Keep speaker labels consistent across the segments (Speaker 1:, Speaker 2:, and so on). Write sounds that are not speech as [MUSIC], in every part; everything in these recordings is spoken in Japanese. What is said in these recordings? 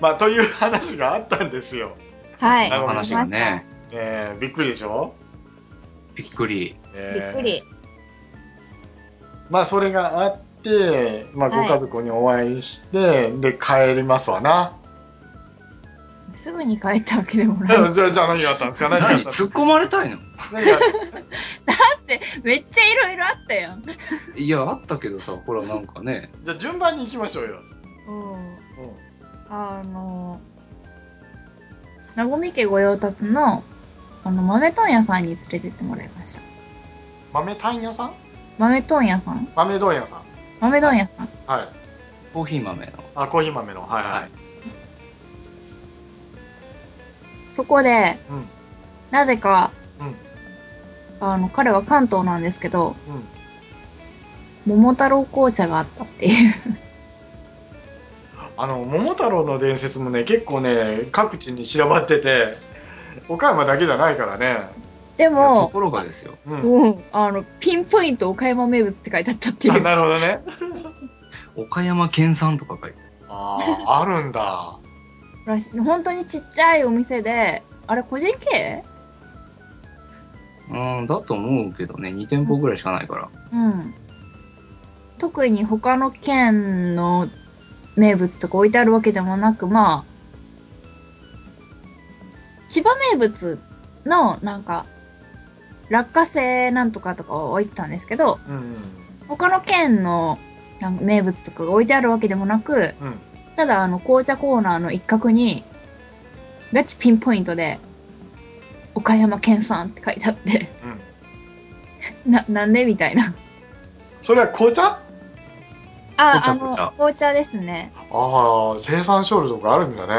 Speaker 1: まあ、という話があったんですよ。
Speaker 2: はい。
Speaker 1: なるほど
Speaker 2: あり
Speaker 1: 話
Speaker 2: ま
Speaker 1: が
Speaker 2: した。
Speaker 3: ね、
Speaker 1: えー、びっくりでしょ、
Speaker 3: びっくり。
Speaker 2: び
Speaker 1: え
Speaker 2: っ
Speaker 1: ー
Speaker 2: くり。
Speaker 1: まあ、それがあって、まあ、ご
Speaker 2: はい
Speaker 1: 家族にお会いして、で、帰りますわ
Speaker 2: [LAUGHS]
Speaker 1: な。
Speaker 2: すぐに帰ったわけでも
Speaker 1: じ
Speaker 2: な
Speaker 1: ゃ
Speaker 2: い。だ
Speaker 1: あ、じゃあ何があったんですか何があっ
Speaker 3: 何
Speaker 1: たんです
Speaker 3: 突っ込まれたいの
Speaker 1: か何が
Speaker 2: って、 [LAUGHS] めっちゃいろいろあったやん。
Speaker 3: いや、あったけどさ、ほら、なんかね、
Speaker 1: じゃあ、順番に行きましょうよ。
Speaker 2: うん。
Speaker 1: うん
Speaker 2: あの、なごみ家御用達の、あの、豆問屋さんに連れてってもらいました。
Speaker 1: 豆タン屋さん
Speaker 2: 豆問屋さん
Speaker 1: 豆問屋さん。
Speaker 2: 豆問屋さん。
Speaker 1: はい。
Speaker 3: コーヒー豆の。
Speaker 1: あ、コーヒー豆の。はいはい。
Speaker 3: はい
Speaker 2: そこで、
Speaker 1: うん
Speaker 2: なぜか、
Speaker 1: うん
Speaker 2: あの、彼は関東なんですけど、
Speaker 1: うん。
Speaker 2: 桃太郎紅茶があったっていう。
Speaker 1: あの、桃太郎の伝説もね、結構ね、各地に散らばってて、岡山だけじゃないからね。
Speaker 2: で
Speaker 3: いやと
Speaker 2: も、
Speaker 3: ころがですよ、
Speaker 1: うん。
Speaker 2: うん、あの、ピンポイント岡山名物って書いてあったってい
Speaker 1: あ
Speaker 2: う。
Speaker 1: なるほどね。
Speaker 3: 岡山県産とか書いてある
Speaker 1: ああ、あるんだ。
Speaker 2: らしい本当にちっちゃいお店で、あれ個人経営
Speaker 3: うん、だと思うけどね、2店舗ぐらいしかないから。
Speaker 2: うん。特に他の県の名物とか置いてあるわけでもなく、まあ、千葉名物のなんか、落花生なんとかとかを置いてたんですけど、
Speaker 1: うんうん。
Speaker 2: 他の県のなんか名物とかが置いてあるわけでもなく、
Speaker 1: うん
Speaker 2: ただあの紅茶コーナーの一角に、ガチピンポイントで、岡山県産って書いてあって、 [LAUGHS]
Speaker 1: うん。
Speaker 2: な、なんでみたいな。
Speaker 1: それは紅茶
Speaker 2: あ、あ
Speaker 3: 紅茶紅茶
Speaker 2: の、紅茶ですね。
Speaker 1: ああ、生産少女とかあるんだね。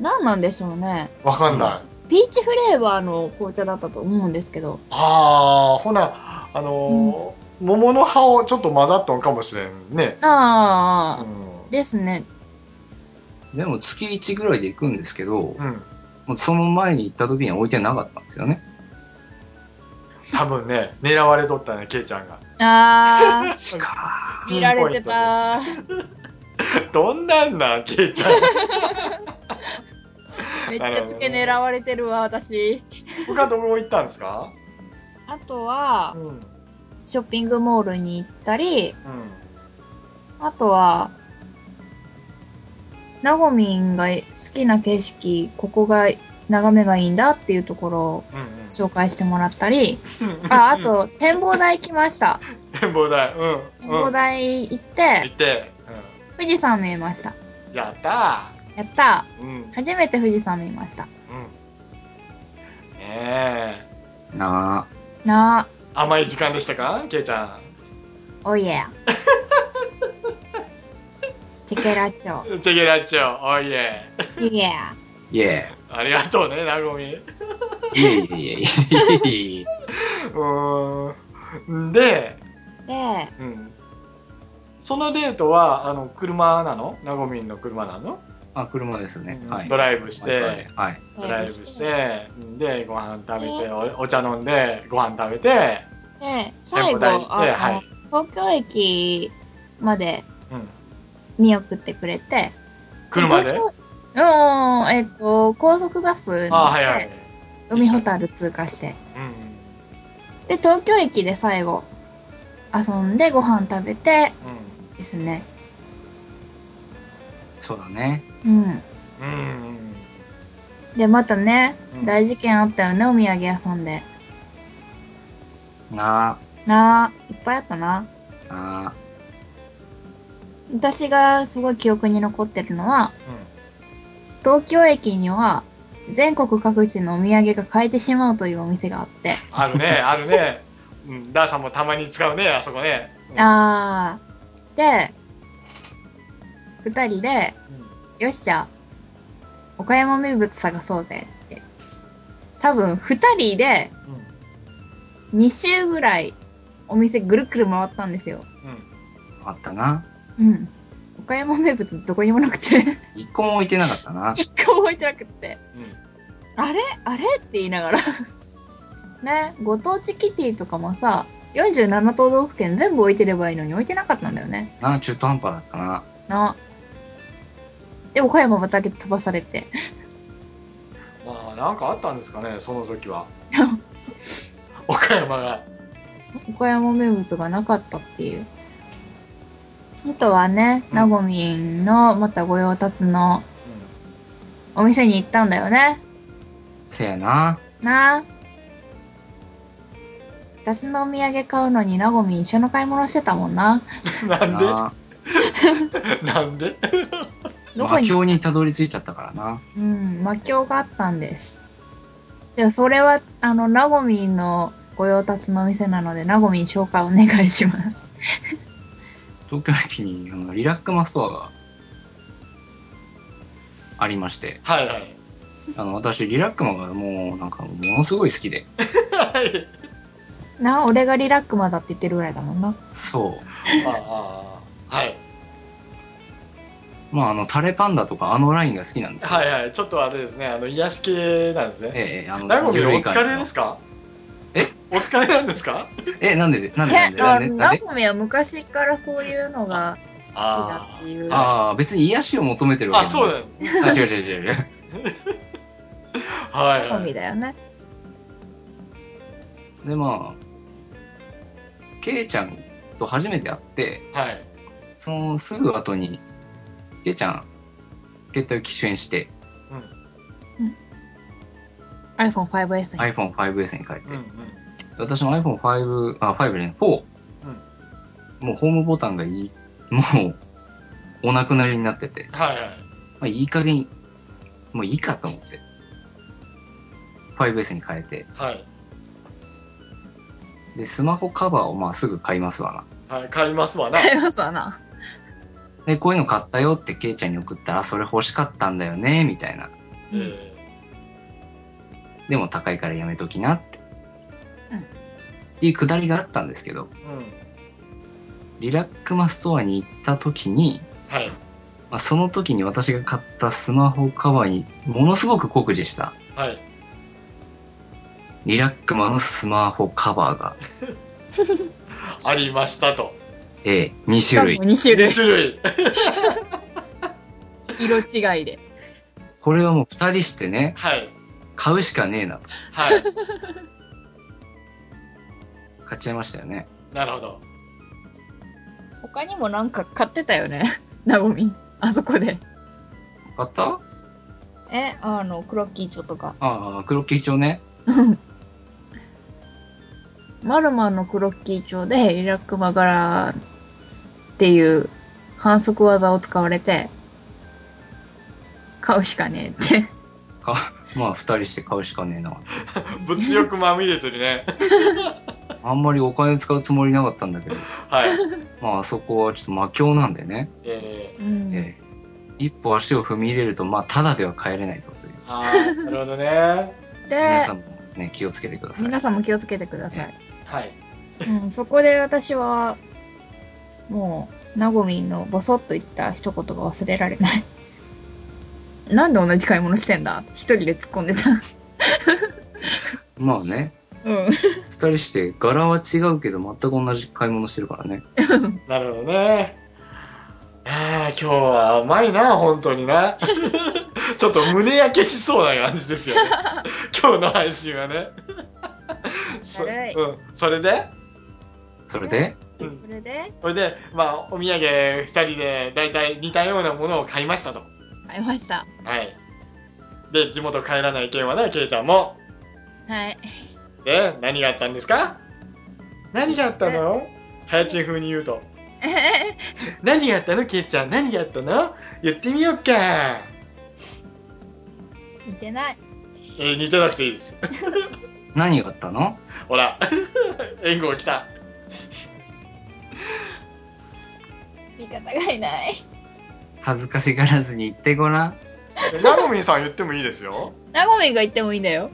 Speaker 2: 何なんでしょうね。
Speaker 1: わかんない。あ
Speaker 2: ピーチフレーバーの紅茶だったと思うんですけど。
Speaker 1: あー、ほな、あのー桃の葉をちょっと混ざっとんかもしれんね。う
Speaker 2: あ
Speaker 1: ん
Speaker 2: あ、。ですね。
Speaker 3: でも月1ぐらいで行くんですけど、
Speaker 1: うん。
Speaker 3: もうその前に行った時には置いてなかったんですよね。
Speaker 1: 多分ね、 [LAUGHS] 狙われとったね、ケイちゃんが。
Speaker 2: あ
Speaker 3: しか
Speaker 2: あ、 [LAUGHS] 見られてた。
Speaker 1: どんなんな、ケイちゃん。
Speaker 2: めっちゃくちゃ狙われてるわ、私。
Speaker 1: 他どこ行ったんですか
Speaker 2: あとは
Speaker 1: う、ん。うん。
Speaker 2: ショッピングモールに行ったり、あとは、なごみんが好きな景色、ここが眺めがいいんだっていうところを
Speaker 1: うん
Speaker 2: 紹介してもらっ
Speaker 1: [LAUGHS]
Speaker 2: たり、
Speaker 1: うん。
Speaker 2: あ、あと、展望台来ました。
Speaker 1: 展望台。うん。
Speaker 2: 展望台行
Speaker 1: う
Speaker 2: っ
Speaker 1: ん。
Speaker 2: て
Speaker 1: 行、って。
Speaker 2: 富士山見えました。
Speaker 1: うん。やった
Speaker 2: やった
Speaker 1: ー。うん。うん。
Speaker 2: ー初めて富士山見ました。
Speaker 1: ねえ。
Speaker 3: なあ、
Speaker 2: なあ、
Speaker 1: 甘い時間でしたかケイちゃ
Speaker 2: おい
Speaker 1: [LAUGHS]
Speaker 2: えや。チェケラッチョ、
Speaker 1: ん。チェケラッチョ、おいえ。
Speaker 2: いいえや。
Speaker 3: いえ、
Speaker 1: ありがとうね、なごみ。
Speaker 3: いえいえいえいえ。 [LAUGHS]
Speaker 1: うーん。で、
Speaker 2: で、
Speaker 1: うん。そのデートは、あの、車なのなごみんの車なの、
Speaker 3: あ、車ですね。はい。
Speaker 1: ドライブして、
Speaker 3: はいはい。
Speaker 1: ドライブして、で、ご飯食べて、おお茶飲んで、ご飯食べて、
Speaker 2: で、最
Speaker 1: 展望
Speaker 2: 後、
Speaker 1: 台行っ
Speaker 2: あ
Speaker 1: て
Speaker 2: の、
Speaker 1: はい
Speaker 2: 東京駅まで
Speaker 1: うん。
Speaker 2: 見送ってくれて、
Speaker 1: 車で
Speaker 2: 東京うん、えっ、と、高速バスに
Speaker 1: あ
Speaker 2: 乗
Speaker 1: あ、はいは
Speaker 2: っ
Speaker 1: い
Speaker 2: て、。海ほたる通過して、
Speaker 1: うん。
Speaker 2: で、東京駅で最後、遊んでご飯食べてですね。
Speaker 3: そうだね。
Speaker 2: うん。
Speaker 1: うん。うん。
Speaker 2: で、またね、
Speaker 1: うん
Speaker 2: 大事件あったよね、お土産屋さんで。
Speaker 3: な
Speaker 2: なあ、いっぱいあったな。
Speaker 3: あ、なあ。
Speaker 2: 私がすごい記憶に残ってるのは、
Speaker 1: うん
Speaker 2: 東京駅には、全国各地のお土産が買えてしまうというお店があって、
Speaker 1: あるね、あるね。うん。ダーさんもたまに使うね、あそこね。うん
Speaker 2: あー。で、二人で、よっしゃ、岡山名物探そうぜって。多分、二人で
Speaker 1: うん。うん。
Speaker 2: 2周ぐらいお店ぐるくる回ったんですよ。
Speaker 1: うん。
Speaker 3: あったな。
Speaker 2: うん。岡山名物どこにもなくて、
Speaker 3: 一個も置いてなかっ
Speaker 1: [LAUGHS]
Speaker 3: たな。
Speaker 2: 一個も置いてなくって。
Speaker 1: うん
Speaker 2: あれあれって言いながら。 [LAUGHS] ね、ご当地キティとかもさ、47都道府県全部置いてればいいのに置いてなかったんだよね。
Speaker 3: なあ、中途半端だったな。
Speaker 2: な。で、岡山また飛ばされて。 [LAUGHS]
Speaker 1: まあ、なんかあったんですかね、その時は。 [LAUGHS] 岡山が。
Speaker 2: 岡山名物がなかったっていう。あとはね、
Speaker 1: うん
Speaker 2: なごみんの、また御用達のお店に行ったんだよね。
Speaker 3: せやな。
Speaker 2: なあ。私のお土産買うのになごみん一緒の買い物してたもんな。
Speaker 1: うんなん
Speaker 3: な
Speaker 1: でなんで
Speaker 2: どこ
Speaker 3: 魔
Speaker 2: に、
Speaker 3: 境にたどり着いちゃったからな。
Speaker 2: うん、魔境があったんです。じゃあ、それは、あの、なごみんの御用達のお店なので、なごみん紹介お願いします。
Speaker 3: 東京駅にあのリラックマストアがありまして、
Speaker 1: はいはい。
Speaker 3: あの私リラックマがもうなんかものすごい好きで、
Speaker 1: はい。
Speaker 2: なあ、俺がリラックマだって言ってるぐらいだもんな。
Speaker 3: そ
Speaker 1: ああああはい。
Speaker 3: う。まああのタレパンダとかあのラインが好きなんですよ。
Speaker 1: はいはい。ちょっとあれですね、あの、癒し系なんですね。
Speaker 3: ええ、あの
Speaker 1: なごみんお
Speaker 3: 上位感
Speaker 1: 疲れですか
Speaker 3: え
Speaker 1: お疲れなんですか
Speaker 3: え、なんでなんでなん
Speaker 2: え、
Speaker 3: でな
Speaker 2: あ
Speaker 3: んで
Speaker 2: の
Speaker 3: なん
Speaker 2: ナ
Speaker 3: で
Speaker 2: ゴミは昔からそういうのが好きだ
Speaker 1: あ
Speaker 2: っていう。
Speaker 3: ああ、別に癒しを求めてる
Speaker 1: あ。
Speaker 3: わ
Speaker 1: あ、
Speaker 3: け
Speaker 1: そう
Speaker 3: だ。
Speaker 1: なんですね。
Speaker 3: あ違う違う違う違う。
Speaker 1: はい
Speaker 2: 好
Speaker 1: は
Speaker 2: み
Speaker 1: い。
Speaker 2: だよね。
Speaker 3: でまあ、ケイちゃんと初めて会って、
Speaker 1: はい。
Speaker 3: そのすぐ後に、ケイちゃん、携帯を機種変して、
Speaker 2: iPhone5S に。
Speaker 3: iPhone5S に変えて
Speaker 1: うん、うん。
Speaker 3: 私の iPhone5、あ、5じゃない、4。もうホームボタンがいい、もう、お亡くなりになってて、
Speaker 1: はいはい。
Speaker 3: まあ、いい加減、もういいかと思って、5S に変えて、
Speaker 1: はい。
Speaker 3: で、スマホカバーをまあすぐ買いますわ
Speaker 1: はい、買いますわな。
Speaker 2: 買いますわな。
Speaker 3: な。で、こういうの買ったよってケイちゃんに送ったら、それ欲しかったんだよね、みたいな。
Speaker 1: え
Speaker 3: でも高いからやめときなって。
Speaker 2: うん
Speaker 3: っていうくだりがあったんですけど、
Speaker 1: えうん。
Speaker 3: リラックマストアに行った時に、
Speaker 1: はい。
Speaker 3: まあ、その時に私が買ったスマホカバーにものすごく酷似した
Speaker 1: はい。
Speaker 3: リラックマのスマホカバーが、
Speaker 1: ありましたと。
Speaker 3: えー、2種類。
Speaker 2: 2種類
Speaker 1: 2。種類。
Speaker 2: 色違いで。
Speaker 3: これはもう2人してね、
Speaker 1: はい。
Speaker 3: 買うしかねえなと。
Speaker 1: はい。
Speaker 3: 買っちゃいましたよね。
Speaker 1: なるほど。
Speaker 2: 他にもなんか買ってたよね。 [LAUGHS] なごみん。あそこで。
Speaker 3: 買ったあ
Speaker 2: え、あの、クロッキーチョとか。
Speaker 3: あ、黒木町ね。
Speaker 2: マルマンのクロッキーチョでリラックマ柄っていう反則技を使われて、買うしかねえって。
Speaker 3: まあ2人して買うしかねえな。
Speaker 1: 物欲まみれずにね。
Speaker 3: あんまりお金使うつもりなかったんだけど、
Speaker 1: はい。
Speaker 3: まああそこはちょっと魔境なんでね。
Speaker 1: ええ
Speaker 2: うん
Speaker 3: えー一歩足を踏み入れると、まあただでは帰れないぞという。
Speaker 1: ああ、なるほどね。は
Speaker 2: で
Speaker 3: 皆さ、んもね、気をつけてください。
Speaker 2: 皆さんも気をつけてください。
Speaker 1: い。
Speaker 2: うん、そこで私は、もう、なごみんのボソッと言った一言が忘れられない。なんで同じ買い物してんだ一人で突っ込んでた。
Speaker 3: まあね、
Speaker 2: うん。
Speaker 3: 2人して柄は違うけど全く同じ買い物してるからね。
Speaker 1: なるほどね。ああ、今日は甘いな、本当にな。 [LAUGHS] ちょっと胸焼けしそうな感じですよ
Speaker 2: [LAUGHS]
Speaker 1: ね。今日の配信はね。そ
Speaker 2: 明るい
Speaker 1: うん、それで、
Speaker 3: それで、
Speaker 1: うん、
Speaker 2: それで、
Speaker 1: それで、まあ、お土産2人で大体似たようなものを買いましたと。
Speaker 2: 買いました。
Speaker 1: はい。で、地元帰らない件はね、ケイちゃんも。
Speaker 2: はい。
Speaker 1: で、何があったんですか何があったの早知風に言うと。何があったのケイちゃん、何があったの言ってみよっか。
Speaker 2: 似てない。
Speaker 1: えー似てなくていいです。
Speaker 3: 何があったの
Speaker 1: ほ [LAUGHS] ら、援護来た。
Speaker 2: 味方がいない。
Speaker 3: 恥ずかしがらずに言ってごらん。
Speaker 1: なごみんさん言ってもいいですよ。
Speaker 2: なごみんが言ってもいいんだよ。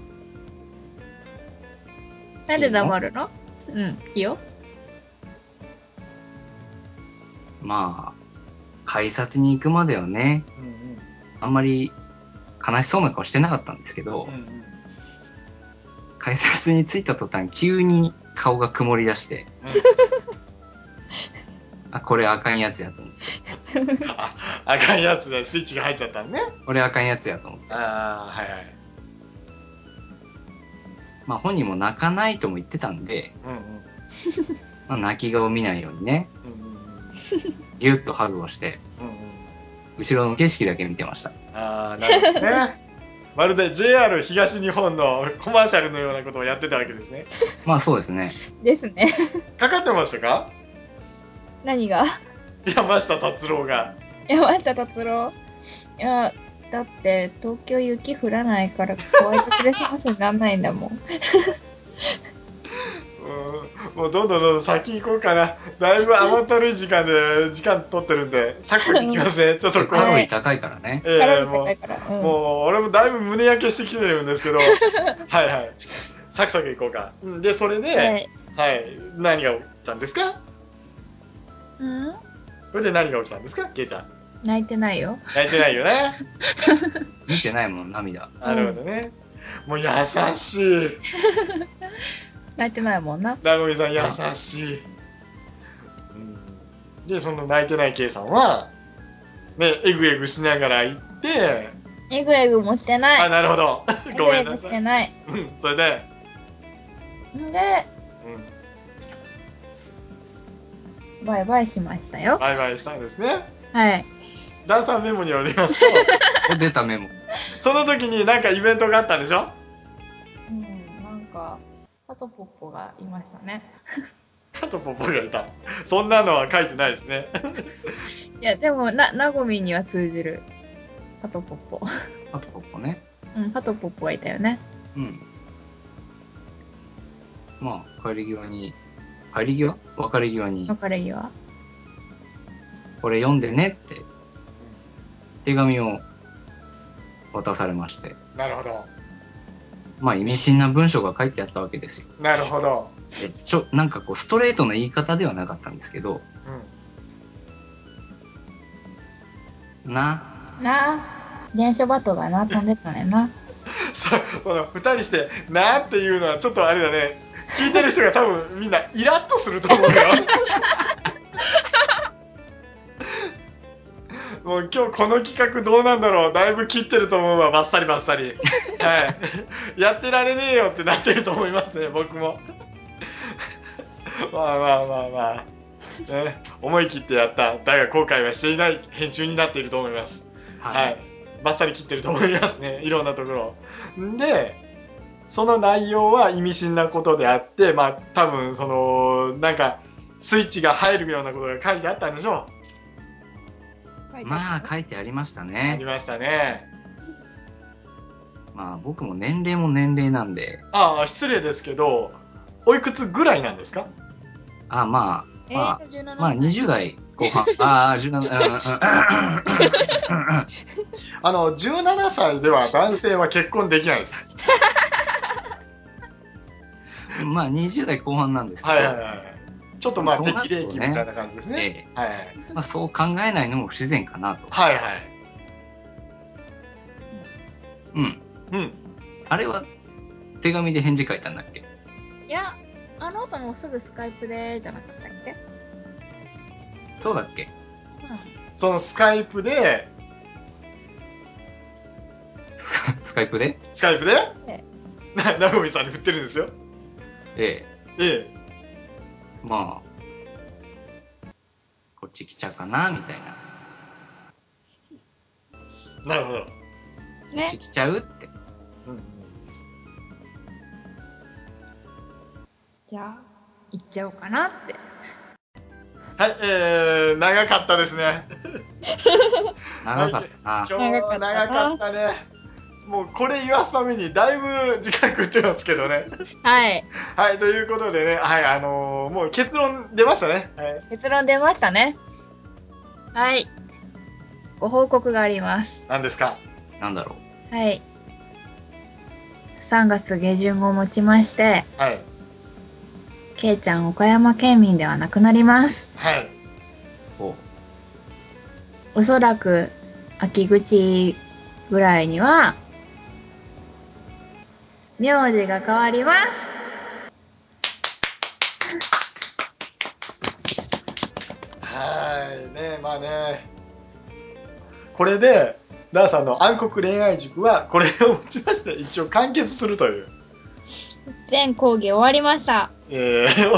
Speaker 2: なんで黙るのうん、いいよ。
Speaker 3: まあ、改札に行くまではね、
Speaker 1: うん
Speaker 3: あんまり悲しそうな顔してなかったんですけど、
Speaker 1: ん。
Speaker 3: 改札に着いた途端急に顔が曇り出して、あ、これあかんやつやと思って。
Speaker 1: あ、あかんやつでスイッチが入っちゃったんね。
Speaker 3: 俺あかんやつやと思って。
Speaker 1: ああ、はいはい。
Speaker 3: まあ本人も泣かないとも言ってたんで、
Speaker 1: うんうん。
Speaker 3: まあ、泣き顔見ないようにね、
Speaker 1: うんうんうん
Speaker 3: ぎゅっとハグをして、
Speaker 1: うんうん
Speaker 3: 後ろの景色だけ見てました。
Speaker 1: ああ、なるほどね。 [LAUGHS] まるで JR 東日本のコマーシャルのようなことをやってたわけですね。
Speaker 3: まあそうですね。
Speaker 4: ですね。 [LAUGHS]
Speaker 1: かかってましたか
Speaker 4: 何が [LAUGHS]
Speaker 1: 山下達郎が。
Speaker 4: 山下達郎。いや、だって東京雪降らないからホワイトクリスマスにならないんだ
Speaker 1: [LAUGHS]
Speaker 4: もん。
Speaker 1: うん、もうどんどんどんどん先行こうかな。だいぶ余ったるい時間で、時間取ってるんで、サクサクいきますね。ちょっとこ
Speaker 3: カ
Speaker 1: の、
Speaker 3: ロ
Speaker 4: は
Speaker 3: リ
Speaker 4: い
Speaker 3: ー高いからね。
Speaker 1: え
Speaker 4: カロ
Speaker 1: え
Speaker 4: リー
Speaker 1: も
Speaker 4: 高
Speaker 1: う
Speaker 4: い、から。うん
Speaker 1: もう俺もだいぶ胸焼けしてきてるんですけ
Speaker 4: [LAUGHS]
Speaker 1: ど、はいはい。サクサクいこうか。うんで、それで、
Speaker 4: はい
Speaker 1: はい、何が起きたんですか
Speaker 2: うん
Speaker 1: それで何が起きたんですかケイちゃん。
Speaker 2: 泣いてないよ。
Speaker 1: 泣いてない
Speaker 4: [LAUGHS]
Speaker 1: よね。
Speaker 3: 見てないもん、涙。
Speaker 1: なるほどね。もう優しい。
Speaker 2: 泣いてないもんな。
Speaker 1: なごみさん優しい、うん、でその泣いてない K さんはねえぐえぐしながら行って、
Speaker 4: えぐえぐもしてな
Speaker 1: あ
Speaker 4: い。
Speaker 1: なるほど
Speaker 4: え
Speaker 1: ご
Speaker 4: ぐ
Speaker 1: め
Speaker 4: え
Speaker 1: んな
Speaker 4: ぐし
Speaker 1: さい
Speaker 4: てない。
Speaker 1: うんそれで、
Speaker 4: んで、
Speaker 1: うん、
Speaker 2: バイバイしましたよ。
Speaker 1: バイバイしたんですね
Speaker 2: はい。
Speaker 1: ダンサーメモによります [LAUGHS] と
Speaker 3: お出たメモ。
Speaker 1: その時になんかイベントがあったんでしょ
Speaker 4: うん、なんか、ハトポッポがいましたね。
Speaker 1: あとポッポがいたそんなのは書いてないですね
Speaker 2: いや、でも、な、なごみには通じる。ハトポッポ。
Speaker 3: あとここね。
Speaker 2: うん、ハトポッポはいたよね。
Speaker 3: うん。まあ、帰り際に、帰り際別れ際に、
Speaker 2: 別れ際。
Speaker 3: これ読んでねって、手紙を渡されまして。
Speaker 1: なるほど
Speaker 3: まあ、意味深な文章が書いてあったわけですよ。
Speaker 1: なるほど、
Speaker 3: でちょ、なんかこう、ストレートな言い方ではなかったんですけど、
Speaker 1: う
Speaker 3: な、
Speaker 4: なあ、電車バトがな、飛んでたねんな。
Speaker 1: ん、そその2人して「な」っていうのはちょっとあれだね聞いてる人が多分みんなイラッとすると思うよもう今日この企画どうなんだろうだいぶ切ってると思うわバッサリバッサリはいやってられねえよってなってると思いますね僕も [LAUGHS] まあまあまあまあね、思い切ってやっただが後悔はしていない編集になっていると思います
Speaker 3: は
Speaker 1: はいい。、バッサリ切ってると思いますね、 [LAUGHS] いろんなところ。んで、その内容は意味深なことであって、まあ、多分その、なんか、スイッチが入るようなことが書いてあったんでしょ
Speaker 3: まあ、書いてありました
Speaker 1: う。あ
Speaker 3: ね
Speaker 1: り。ましたね。
Speaker 3: まあ、僕も年齢も年齢なんで、
Speaker 1: ああ、失礼ですけど、おいくつぐらいなんですか
Speaker 3: あまあ、
Speaker 4: え
Speaker 3: まあ
Speaker 4: ーと、17歳。
Speaker 3: まあ、20代
Speaker 1: [LAUGHS]
Speaker 3: 後半。ああ、17、うんうんうん
Speaker 1: あの、17歳では男性は結婚できないです。
Speaker 3: まあ20代後半なんですけど、
Speaker 1: はいはいはい。ちょっとまあ、
Speaker 3: そうなんです
Speaker 1: 適
Speaker 3: よね
Speaker 1: 齢期みたいな感じですね。
Speaker 3: え
Speaker 1: はいはい。
Speaker 3: えまあ、そう考えないのも不自然かなと。
Speaker 1: はいはい。
Speaker 3: うん。
Speaker 1: うん。
Speaker 3: あれは手紙で返事書いたんだっけ
Speaker 2: いや、あの後もすぐスカイプで、じゃなかったっけ
Speaker 3: そうだっけ
Speaker 1: そのスカイプで、
Speaker 3: スカスカイプで
Speaker 1: スカイプで
Speaker 4: え、
Speaker 1: な、 [LAUGHS] なごみさんに振ってるんですよ。
Speaker 3: ええ。
Speaker 1: ええ。
Speaker 3: まあ、こっち来ちゃうかな、みたいな。
Speaker 1: なるほど。
Speaker 3: こっち来ちゃうって。
Speaker 4: じゃあ、
Speaker 2: 行っちゃおうかなって。
Speaker 1: はい、えー、長かったですね。
Speaker 3: 長かった
Speaker 1: 今
Speaker 3: な。
Speaker 1: 日は長かったね。もうこれ言わすためにだいぶ時間食ってますけど
Speaker 3: [LAUGHS]
Speaker 1: ね。
Speaker 2: はい。
Speaker 1: はい、ということでね、はい、あのーもう結論出ましたね。はい、
Speaker 2: 結論出ましたね。はい。ご報告があります。
Speaker 1: 何ですか
Speaker 3: なんだろ
Speaker 2: はい。3月下旬をもちまして、
Speaker 1: はい、
Speaker 2: けいちゃん岡山県民ではなくなります。
Speaker 1: はい、
Speaker 3: う。こ
Speaker 2: おそらく、秋口ぐらいには、名字が変わります。
Speaker 1: はい、ね、まあね、これでダーさんの暗黒恋愛塾はこれをもちまして一応完結するという、
Speaker 2: 全講義終わりました。
Speaker 3: [LAUGHS]
Speaker 1: えー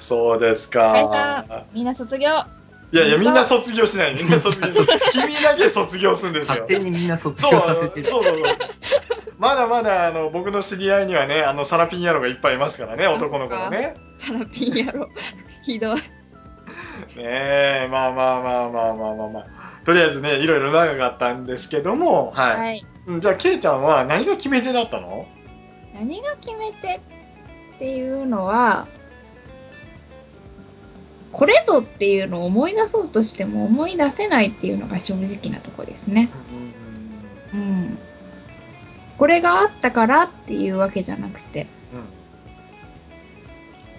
Speaker 1: そうです
Speaker 2: 解
Speaker 1: か
Speaker 2: 散。みんな卒業。
Speaker 1: いやいやみんな卒業しないみんな卒業 [LAUGHS] 君だけ卒業するんです
Speaker 3: 勝
Speaker 1: よ
Speaker 3: 手にみんな卒
Speaker 1: そう
Speaker 3: 業させてる。
Speaker 1: そうそうそうまだまだあの僕の知り合いにはねあのサラピン野郎がいっぱいいますからね男の子もね
Speaker 2: サラピン野郎。 [LAUGHS] ひどい。
Speaker 1: ねえまあまあまあまあまあまあまあとりあえずねいろいろ長かったんですけどもはい、
Speaker 2: はい。
Speaker 1: うんじゃあケイちゃんは何が決め手だったの
Speaker 2: 何が決めてっていうのは、これぞっていうのを思い出そうとしても思い出せないっていうのが正直なとこですね。うん。これがあったからっていうわけじゃなくて、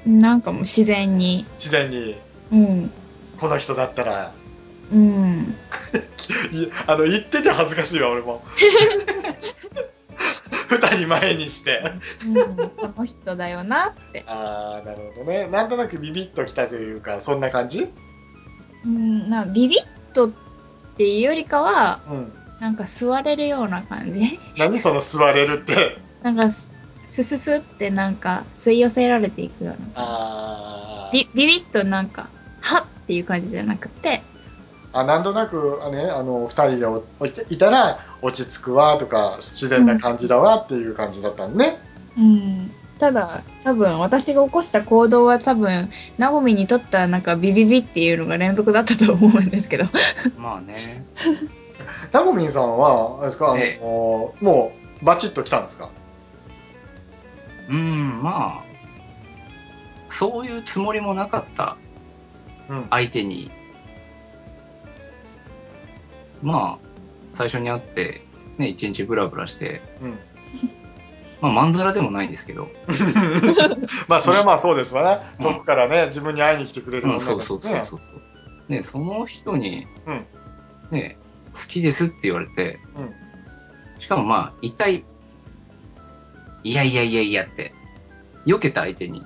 Speaker 2: なんかもう自然に、
Speaker 1: 自然に
Speaker 2: うん、
Speaker 1: この人だったら
Speaker 2: うん、
Speaker 1: いあの言ってて恥ずかしいわ俺 [LAUGHS] も二人前にして
Speaker 2: うん、この人だよなって。
Speaker 1: ああなるほどねなんとなくビビッときたというかそんな感じ
Speaker 2: うん、なビビッとっていうよりかは、
Speaker 1: うん
Speaker 2: なんか吸われるような感じ。 [LAUGHS]
Speaker 1: 何その座れるって
Speaker 2: なんかす、すすすってなんか吸い寄せられていくような。
Speaker 1: あー
Speaker 2: ビビビッとなんか、はっっていう感じじゃなくて、
Speaker 1: あなんとなくあ、ね、あの二人がおおいいたら落ち着くわとか自然な感じだわっていう感じだったんね、
Speaker 2: うん。ただ、多分私が起こした行動は多分、ナゴミにとったなんかビビビっていうのが連続だったと思うんですけど。 [LAUGHS]
Speaker 3: まあね。
Speaker 1: タゴミンさんはあれですかあの、
Speaker 3: ええ
Speaker 1: もうバチッときたんですか
Speaker 3: うん、まあ、そういうつもりもなかった
Speaker 1: うん
Speaker 3: 相手に、まあ、最初に会って、ね、一日ブラブラして、
Speaker 1: うん
Speaker 3: まあ、まんざらでもないんですけど、
Speaker 1: まあそれはまあそうですわね、
Speaker 3: うん
Speaker 1: 遠くからね自分に会いに来てくれる
Speaker 3: う
Speaker 1: 女
Speaker 3: ん、
Speaker 1: だ
Speaker 3: そ
Speaker 1: っ
Speaker 3: う
Speaker 1: た
Speaker 3: そう
Speaker 1: らね
Speaker 3: そうそうそう。ね、その人に、
Speaker 1: うん
Speaker 3: ね、好きですって言われて、
Speaker 1: うん
Speaker 3: しかもまあ、一体、いやいやいやいやって、避けた相手
Speaker 1: [LAUGHS]
Speaker 3: に、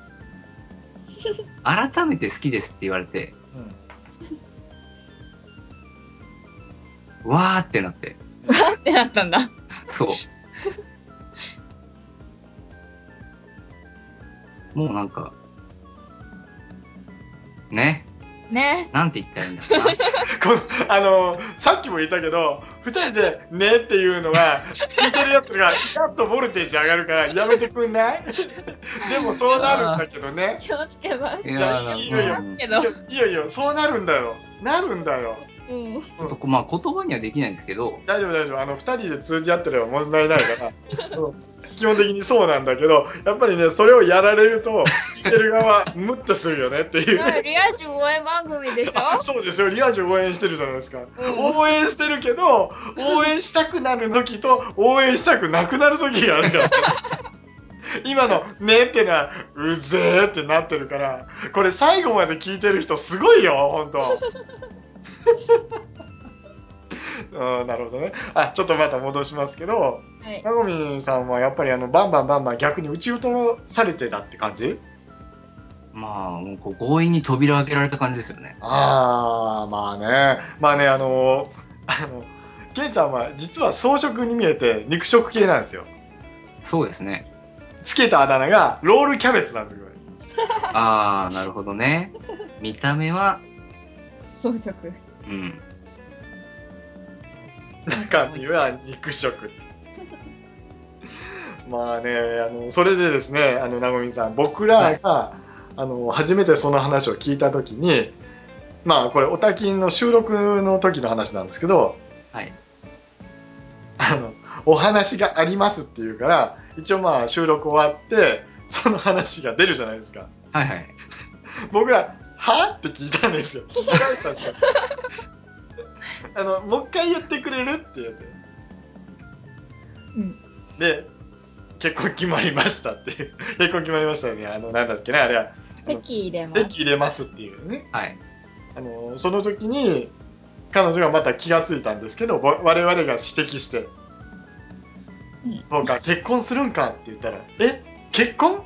Speaker 3: 改めて好きですって言われて、
Speaker 1: うん
Speaker 3: わーってなって、
Speaker 2: ってなったんだ。
Speaker 3: そう。 [LAUGHS] もうなんか、ね、
Speaker 2: ね。
Speaker 3: なんて言 [LAUGHS] ったらいいんだろうな。
Speaker 1: この [LAUGHS] あのさっきも言ったけど2人で「ね」っていうのが聞いてるやつがピタッとボルテージ上がるからやめてくんない [LAUGHS] でもそうなるんだけどね
Speaker 2: 気をつけます。
Speaker 3: い
Speaker 1: や
Speaker 3: なんか
Speaker 1: いいよいいよ
Speaker 3: うん
Speaker 2: け
Speaker 1: いや。いやいやそうなるんだよなるんだよ
Speaker 2: うん。
Speaker 3: ちょっとこうまあ言葉にはできないんですけど、
Speaker 1: 大丈夫大丈夫あの2人で通じ合ってれば問題ないからうん基本的にそうなんだけどやっぱりねそれをやられると聞いてる側ムッとするよねっていう
Speaker 2: リア充応援番組 [LAUGHS] でしょ
Speaker 1: あ [LAUGHS] そうですよリア充応援してるじゃないですか、
Speaker 2: うん
Speaker 1: 応援してるけど応援したくなる時と応援したくなくなる時があるから
Speaker 2: [LAUGHS]
Speaker 1: 今の「ね」ってのはうぜーってなってるからこれ最後まで聞いてる人すごいよ本当 [LAUGHS] うんなるほどねあちょっとまた戻しますけど
Speaker 2: はい。
Speaker 1: なごみんさんはやっぱりあのバンバンバンバン逆に打ち落とされてたって感じ
Speaker 3: まあもうこう強引に扉を開けられた感じですよね。
Speaker 1: ああまあねまあねあのあのケイちゃんは実は草食に見えて肉食系なんですよ
Speaker 3: そうですね。
Speaker 1: つけたあだ名がロールキャベツなんですよ
Speaker 3: ああ、なるほどね。見た目は、
Speaker 2: 装飾。
Speaker 3: うん。
Speaker 1: 中身は肉食 [LAUGHS] まあねあのそれでですねあのなごみんさん僕らが、あの初めてその話を聞いた時にまあこれオタキンの収録の時の話なんですけど
Speaker 3: はい。
Speaker 1: あの、お話がありますっていうから、一応まあ収録終わって、その話が出るじゃないですか。
Speaker 3: はいはい。
Speaker 1: 僕ら、はって聞いたんですよ。聞かれたんですよ。 [LAUGHS] あの、もう一回言ってくれるって言って。
Speaker 2: うん
Speaker 1: で、結婚決まりましたっていう。結婚決まりましたね。あの、なんだっけね、あれは。
Speaker 2: 敵入れます。
Speaker 1: 駅入れますっていうね。
Speaker 3: はい。
Speaker 1: あの、その時に、彼女がまた気がついたんですけど、わ我々が指摘して、
Speaker 2: うん
Speaker 1: そうか、結婚するんかって言ったら、え結婚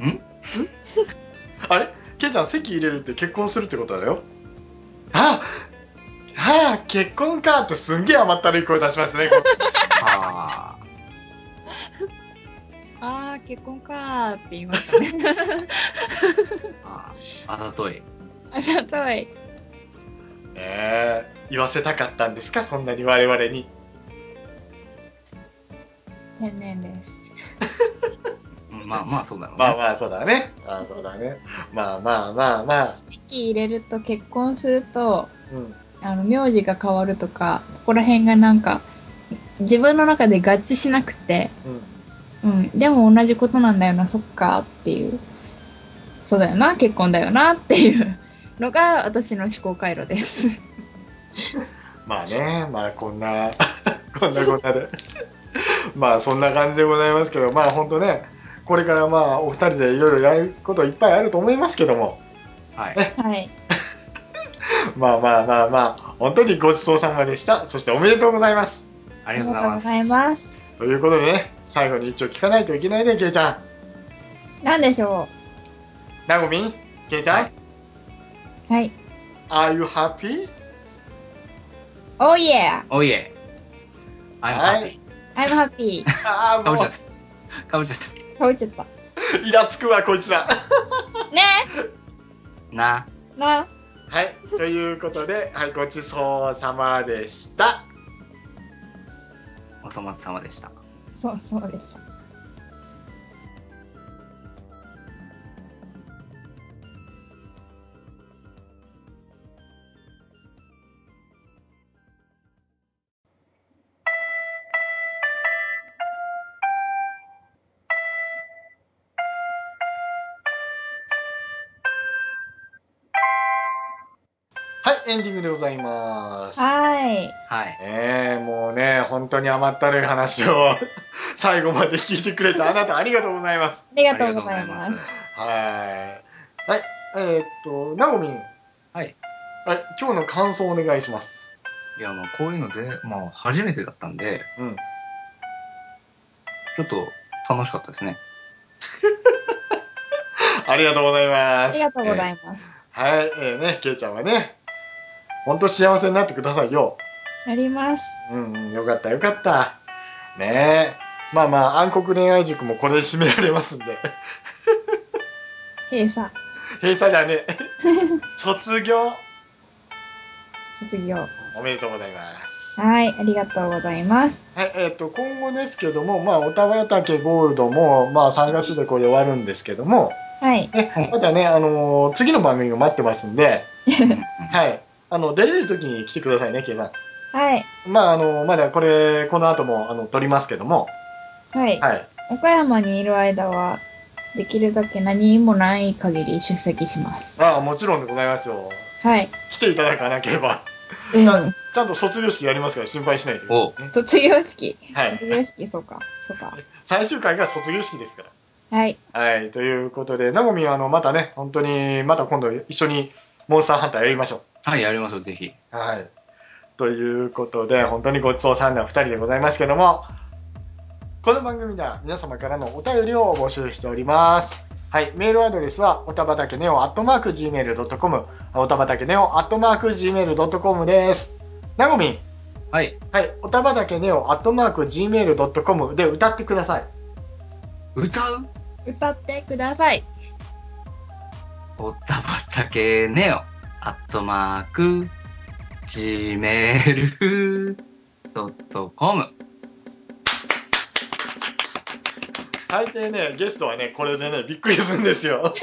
Speaker 3: ん
Speaker 1: [LAUGHS] あれケイちゃん、籍入れるって結婚するってことだよ。あはあ、結婚かってすんげえ甘ったるい声出しましたね。
Speaker 3: あー
Speaker 5: あー、結婚かーって言いましたね。
Speaker 3: あー、 [LAUGHS] あざとい。
Speaker 5: あざとい。
Speaker 1: ええ言わせたかったんですかそんなに我々に。
Speaker 5: 天然です。
Speaker 3: うんまあまあ、そうだろうね。
Speaker 1: まあまあ、そうだね。まあそうだね。まあまあまあまあ。
Speaker 2: 籍入れると結婚すると
Speaker 1: うん。
Speaker 2: あの名字が変わるとかここら辺がなんか自分の中で合致しなくて、
Speaker 1: うん。
Speaker 2: うん、でも同じことなんだよなそっかっていうそうだよな結婚だよなっていうのが私の思考回路です。
Speaker 1: まあね、まあこんな、 [LAUGHS] こんなこんなで。まあそんな感じでございますけど、まあ本当ね、これからまあお二人でいろいろやることいっぱいあると思いますけども、
Speaker 3: はい。
Speaker 2: はい
Speaker 1: まあまあまあまあ、本当にごちそうさまでした。そしておめでとうございます。
Speaker 3: あ
Speaker 2: あ
Speaker 3: りがとうございます。
Speaker 1: と
Speaker 2: りがとうございます。
Speaker 1: いうことでね、最後に一応聞かないといけないね、ケイちゃん。
Speaker 2: なんでしょ
Speaker 1: なごみん、ケイちゃん、
Speaker 3: は
Speaker 2: うはい。
Speaker 1: Are you happy?
Speaker 2: Oh yeah!
Speaker 3: おいえ。
Speaker 1: は
Speaker 3: はいい。
Speaker 2: I'm happy!
Speaker 1: ああ、
Speaker 3: か
Speaker 1: も
Speaker 3: ぶ
Speaker 1: う
Speaker 3: っちゃ、った。かぶっちゃっ
Speaker 2: かぶっちゃった。
Speaker 1: イラつくわ、こいつら。
Speaker 2: [LAUGHS] ね
Speaker 3: た。な。
Speaker 2: えな
Speaker 1: はい、ということで、はい、ごちそうさまでした。
Speaker 3: お粗末様でした。
Speaker 2: そうそうでした。
Speaker 1: はい、エンディングでございます。
Speaker 2: はい。
Speaker 3: はい。
Speaker 1: ねえ、もうね、本当に甘ったるい話を [LAUGHS] 最後まで聞いてくれたあなたありがとうございます。
Speaker 2: あり
Speaker 3: あ
Speaker 2: が
Speaker 3: り
Speaker 2: と
Speaker 3: が
Speaker 2: う
Speaker 3: とう
Speaker 2: ご
Speaker 3: ご
Speaker 2: ざ
Speaker 3: ざい
Speaker 2: いま
Speaker 3: ますす。。
Speaker 1: はい。はい、えーっと、なおみん。
Speaker 3: はい。
Speaker 1: はい、今日の感想お願いします。
Speaker 3: いや、まあ、こういうので、まあ、初めてだったんで、
Speaker 1: うん。
Speaker 3: ちょっと楽しかったですね。
Speaker 1: ありがとうございま
Speaker 2: あ
Speaker 1: す
Speaker 2: り。がとうございます。
Speaker 1: はい、えーね、けいちゃんはね、本当幸せになってくださいよ。
Speaker 2: やります。
Speaker 1: うんうん、よかったよかった。ねえ。まあまあ、暗黒恋愛塾もこれで締められますんで。 [LAUGHS]
Speaker 2: 閉鎖。
Speaker 1: 閉鎖じゃねえ。 [LAUGHS] 卒業
Speaker 2: 卒業。
Speaker 1: おめでとうございます。
Speaker 2: はい。ありがとうございます。
Speaker 1: はい、えっ、と、今後ですけども、まあ、おたばたけゴールドも、まあ、3月でこれ終わるんですけども、
Speaker 2: はい。
Speaker 1: ね、まだね、あのー次の番組が待ってますんで、
Speaker 3: うんうん
Speaker 1: はい、あの、出れる時に来てくださいね、ケイさ
Speaker 2: はい。
Speaker 1: ん。まあ、あのまだこれ、この後も、あの、撮りますけども、
Speaker 2: はい。
Speaker 1: はい、
Speaker 2: 岡山にいる間は、できるだけ何もない限り出席します。
Speaker 1: ああ、もちろんでございますよ。
Speaker 2: はい。
Speaker 1: 来ていただかなければ、
Speaker 2: う
Speaker 1: ちゃん
Speaker 2: ん。
Speaker 1: ちゃんと卒業式やりますから心配しないでくだ
Speaker 3: お
Speaker 1: さいね。
Speaker 2: 卒業式。
Speaker 1: は
Speaker 2: 卒
Speaker 1: い、
Speaker 2: 業式、そうか。そうか。
Speaker 1: 最終回が卒業式ですから。
Speaker 2: はい。
Speaker 1: はい、ということで、なごみんは、あの、またね、本当に、また今度一緒にモンスターハンターやりましょう。
Speaker 3: はい、やりましょう、ぜひ。
Speaker 1: はい。ということで、本当にごちそうさんな2人でございますけども、この番組では皆様からのお便りを募集しております。はい、メールアドレスは、おたばたけねお、アットマーク、gmail.com、おたばたけねお、アットマーク、gmail.com です。なごみん、
Speaker 3: はい。
Speaker 1: はい、おたばたけねお、アットマーク、gmail.com で歌ってください。
Speaker 3: 歌う
Speaker 2: 歌ってください。
Speaker 3: おったばたけねよ。アットマーク、gmail.com。
Speaker 1: 大抵ね、ゲストはね、これでね、びっくりするんですよ。 [LAUGHS]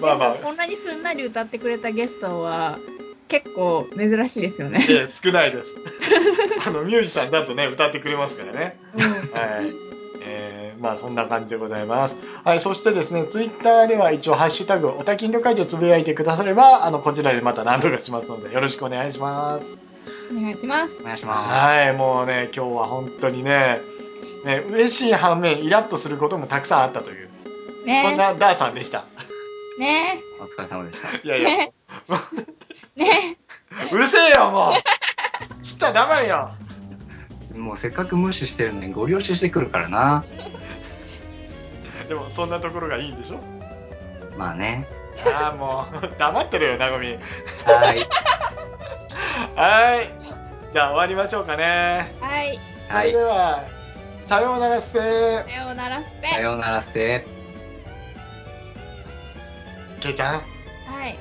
Speaker 1: まあまあ。
Speaker 2: こんなにすんなり歌ってくれたゲストは結構珍しいですよね。
Speaker 1: ええ少ないです [LAUGHS] あのミュージシャンだとね歌ってくれますからねはい、えーまあそんな感じでございますはいそしてですねツイッターでは一応「ハッシュタグおたきんりょ会」でつぶやいてくださればあのこちらでまた何とかしますのでよろしくお願いします
Speaker 2: お願いします。
Speaker 3: お願いしま
Speaker 1: はいもうね今日は本当にねね嬉しい反面イラッとすることもたくさんあったというこん
Speaker 2: [LAUGHS] ね
Speaker 1: なダーさんでした
Speaker 2: え、ね
Speaker 3: す。お疲れ様でした。
Speaker 1: いやいや
Speaker 2: え、ね
Speaker 1: うるせえよもう知ったら黙れよ
Speaker 3: もうせっかく無視してるのにご了承してくるからな。
Speaker 1: でもそんなところがいいんでしょ
Speaker 3: まあね。
Speaker 1: ああもう黙ってるよなごみ
Speaker 3: はい。
Speaker 1: はいじゃあ終わりましょうかね
Speaker 4: はい。
Speaker 1: そ
Speaker 3: は
Speaker 1: [LAUGHS] れ
Speaker 3: い
Speaker 1: で。は、さようならスペー
Speaker 4: さようならスペ。
Speaker 3: さようならして。
Speaker 1: ケイちゃん
Speaker 4: はい。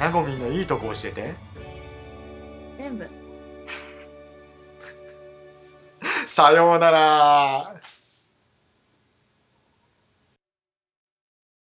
Speaker 1: なごみんのいいとこ教えて
Speaker 2: 全部
Speaker 1: さようなら